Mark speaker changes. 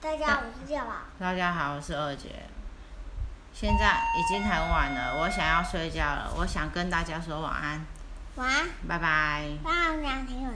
Speaker 1: 大家好，我是健宝。
Speaker 2: 大家好，我是二姐。现在已经很晚了，我想要睡觉了。我想跟大家说晚安，
Speaker 1: 晚安，
Speaker 2: 拜拜。
Speaker 1: 大家好，我是梁婷，我